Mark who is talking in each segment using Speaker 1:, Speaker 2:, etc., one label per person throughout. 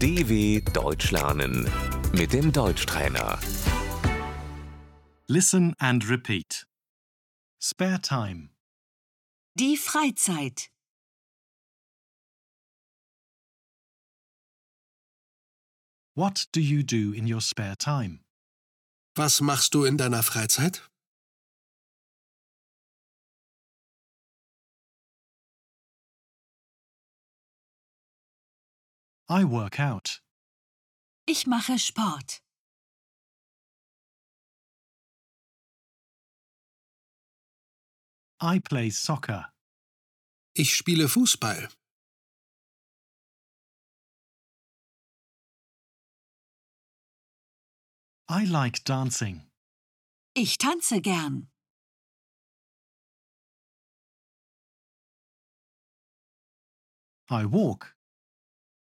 Speaker 1: DW Deutsch lernen mit dem Deutschtrainer.
Speaker 2: Listen and repeat. Spare time.
Speaker 3: Die Freizeit.
Speaker 2: What do you do in your spare time?
Speaker 4: Was machst du in deiner Freizeit?
Speaker 2: I work out.
Speaker 3: Ich mache Sport.
Speaker 2: I play soccer.
Speaker 4: Ich spiele Fußball.
Speaker 2: I like dancing.
Speaker 3: Ich tanze gern.
Speaker 2: I walk.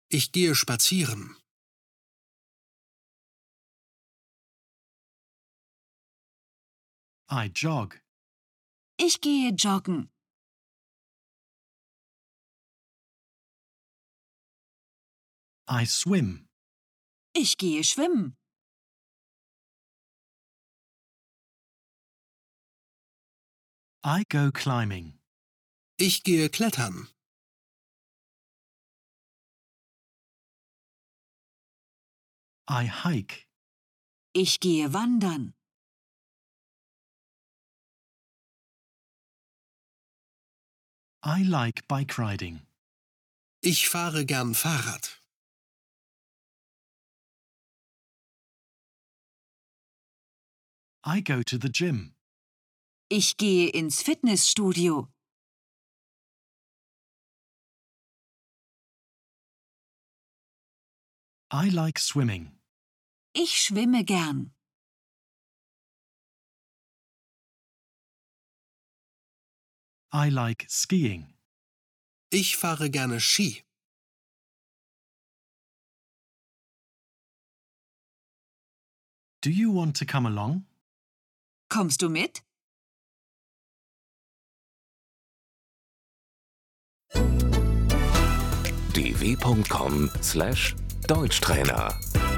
Speaker 4: Ich gehe spazieren.
Speaker 2: I jog.
Speaker 3: Ich gehe joggen.
Speaker 2: I swim.
Speaker 3: Ich gehe schwimmen.
Speaker 2: I go climbing.
Speaker 4: Ich gehe klettern.
Speaker 2: I hike.
Speaker 3: Ich gehe wandern.
Speaker 2: I like bike riding.
Speaker 4: Ich fahre gern Fahrrad.
Speaker 2: I go to the gym.
Speaker 3: Ich gehe ins Fitnessstudio.
Speaker 2: I like swimming.
Speaker 3: Ich schwimme gern.
Speaker 2: I like skiing.
Speaker 4: Ich fahre gerne Ski.
Speaker 2: Do you want to come along?
Speaker 3: Kommst du mit?
Speaker 1: dw.com/deutschtrainer